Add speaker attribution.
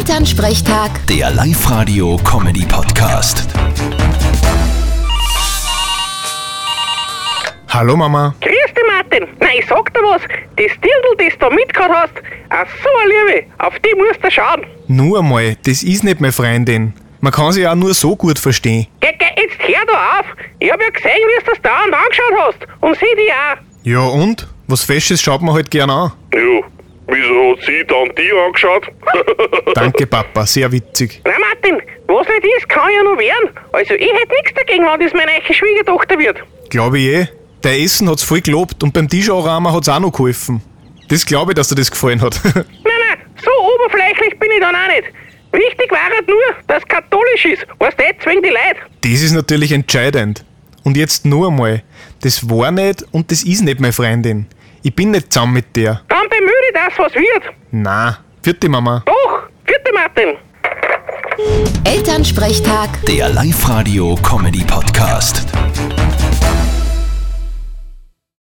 Speaker 1: Elternsprechtag,
Speaker 2: Der Live-Radio-Comedy-Podcast.
Speaker 3: Hallo Mama.
Speaker 4: Grüß dich, Martin. Na, ich sag dir was. Das Dirndl, das du mitgehabt hast, ach so eine Liebe, auf die musst du schauen.
Speaker 3: Nur einmal, das ist nicht meine Freundin. Man kann sie auch nur so gut verstehen.
Speaker 4: Geh, geh, jetzt hör da auf. Ich hab ja gesehen, wie du das da und angeschaut hast. Und sieh dich auch.
Speaker 3: Ja und? Was Fesches schaut man halt gern an.
Speaker 5: Ja, wieso hat sie dann die angeschaut?
Speaker 3: Danke Papa, sehr witzig.
Speaker 4: Na, Martin, was nicht ist, kann ja noch werden. Also, ich hätte nichts dagegen, wenn das meine eigene Schwiegertochter wird.
Speaker 3: Glaube ich eh. Dein Essen hat's voll gelobt und beim Tischanrahmen hat's auch noch geholfen. Das glaube ich, dass dir das gefallen hat.
Speaker 4: Nein, nein, so oberflächlich bin ich dann auch nicht. Wichtig war halt nur, dass es katholisch ist. Weißt du, das zwingen die Leute.
Speaker 3: das ist natürlich entscheidend. Und jetzt nur einmal, das war nicht und das ist nicht meine Freundin. Ich bin nicht zusammen mit der.
Speaker 4: Dann bemühe dich das, was wird.
Speaker 3: Na, vierte Mama.
Speaker 4: Doch, vierte Martin.
Speaker 1: Elternsprechtag.
Speaker 2: Der Live-Radio-Comedy-Podcast.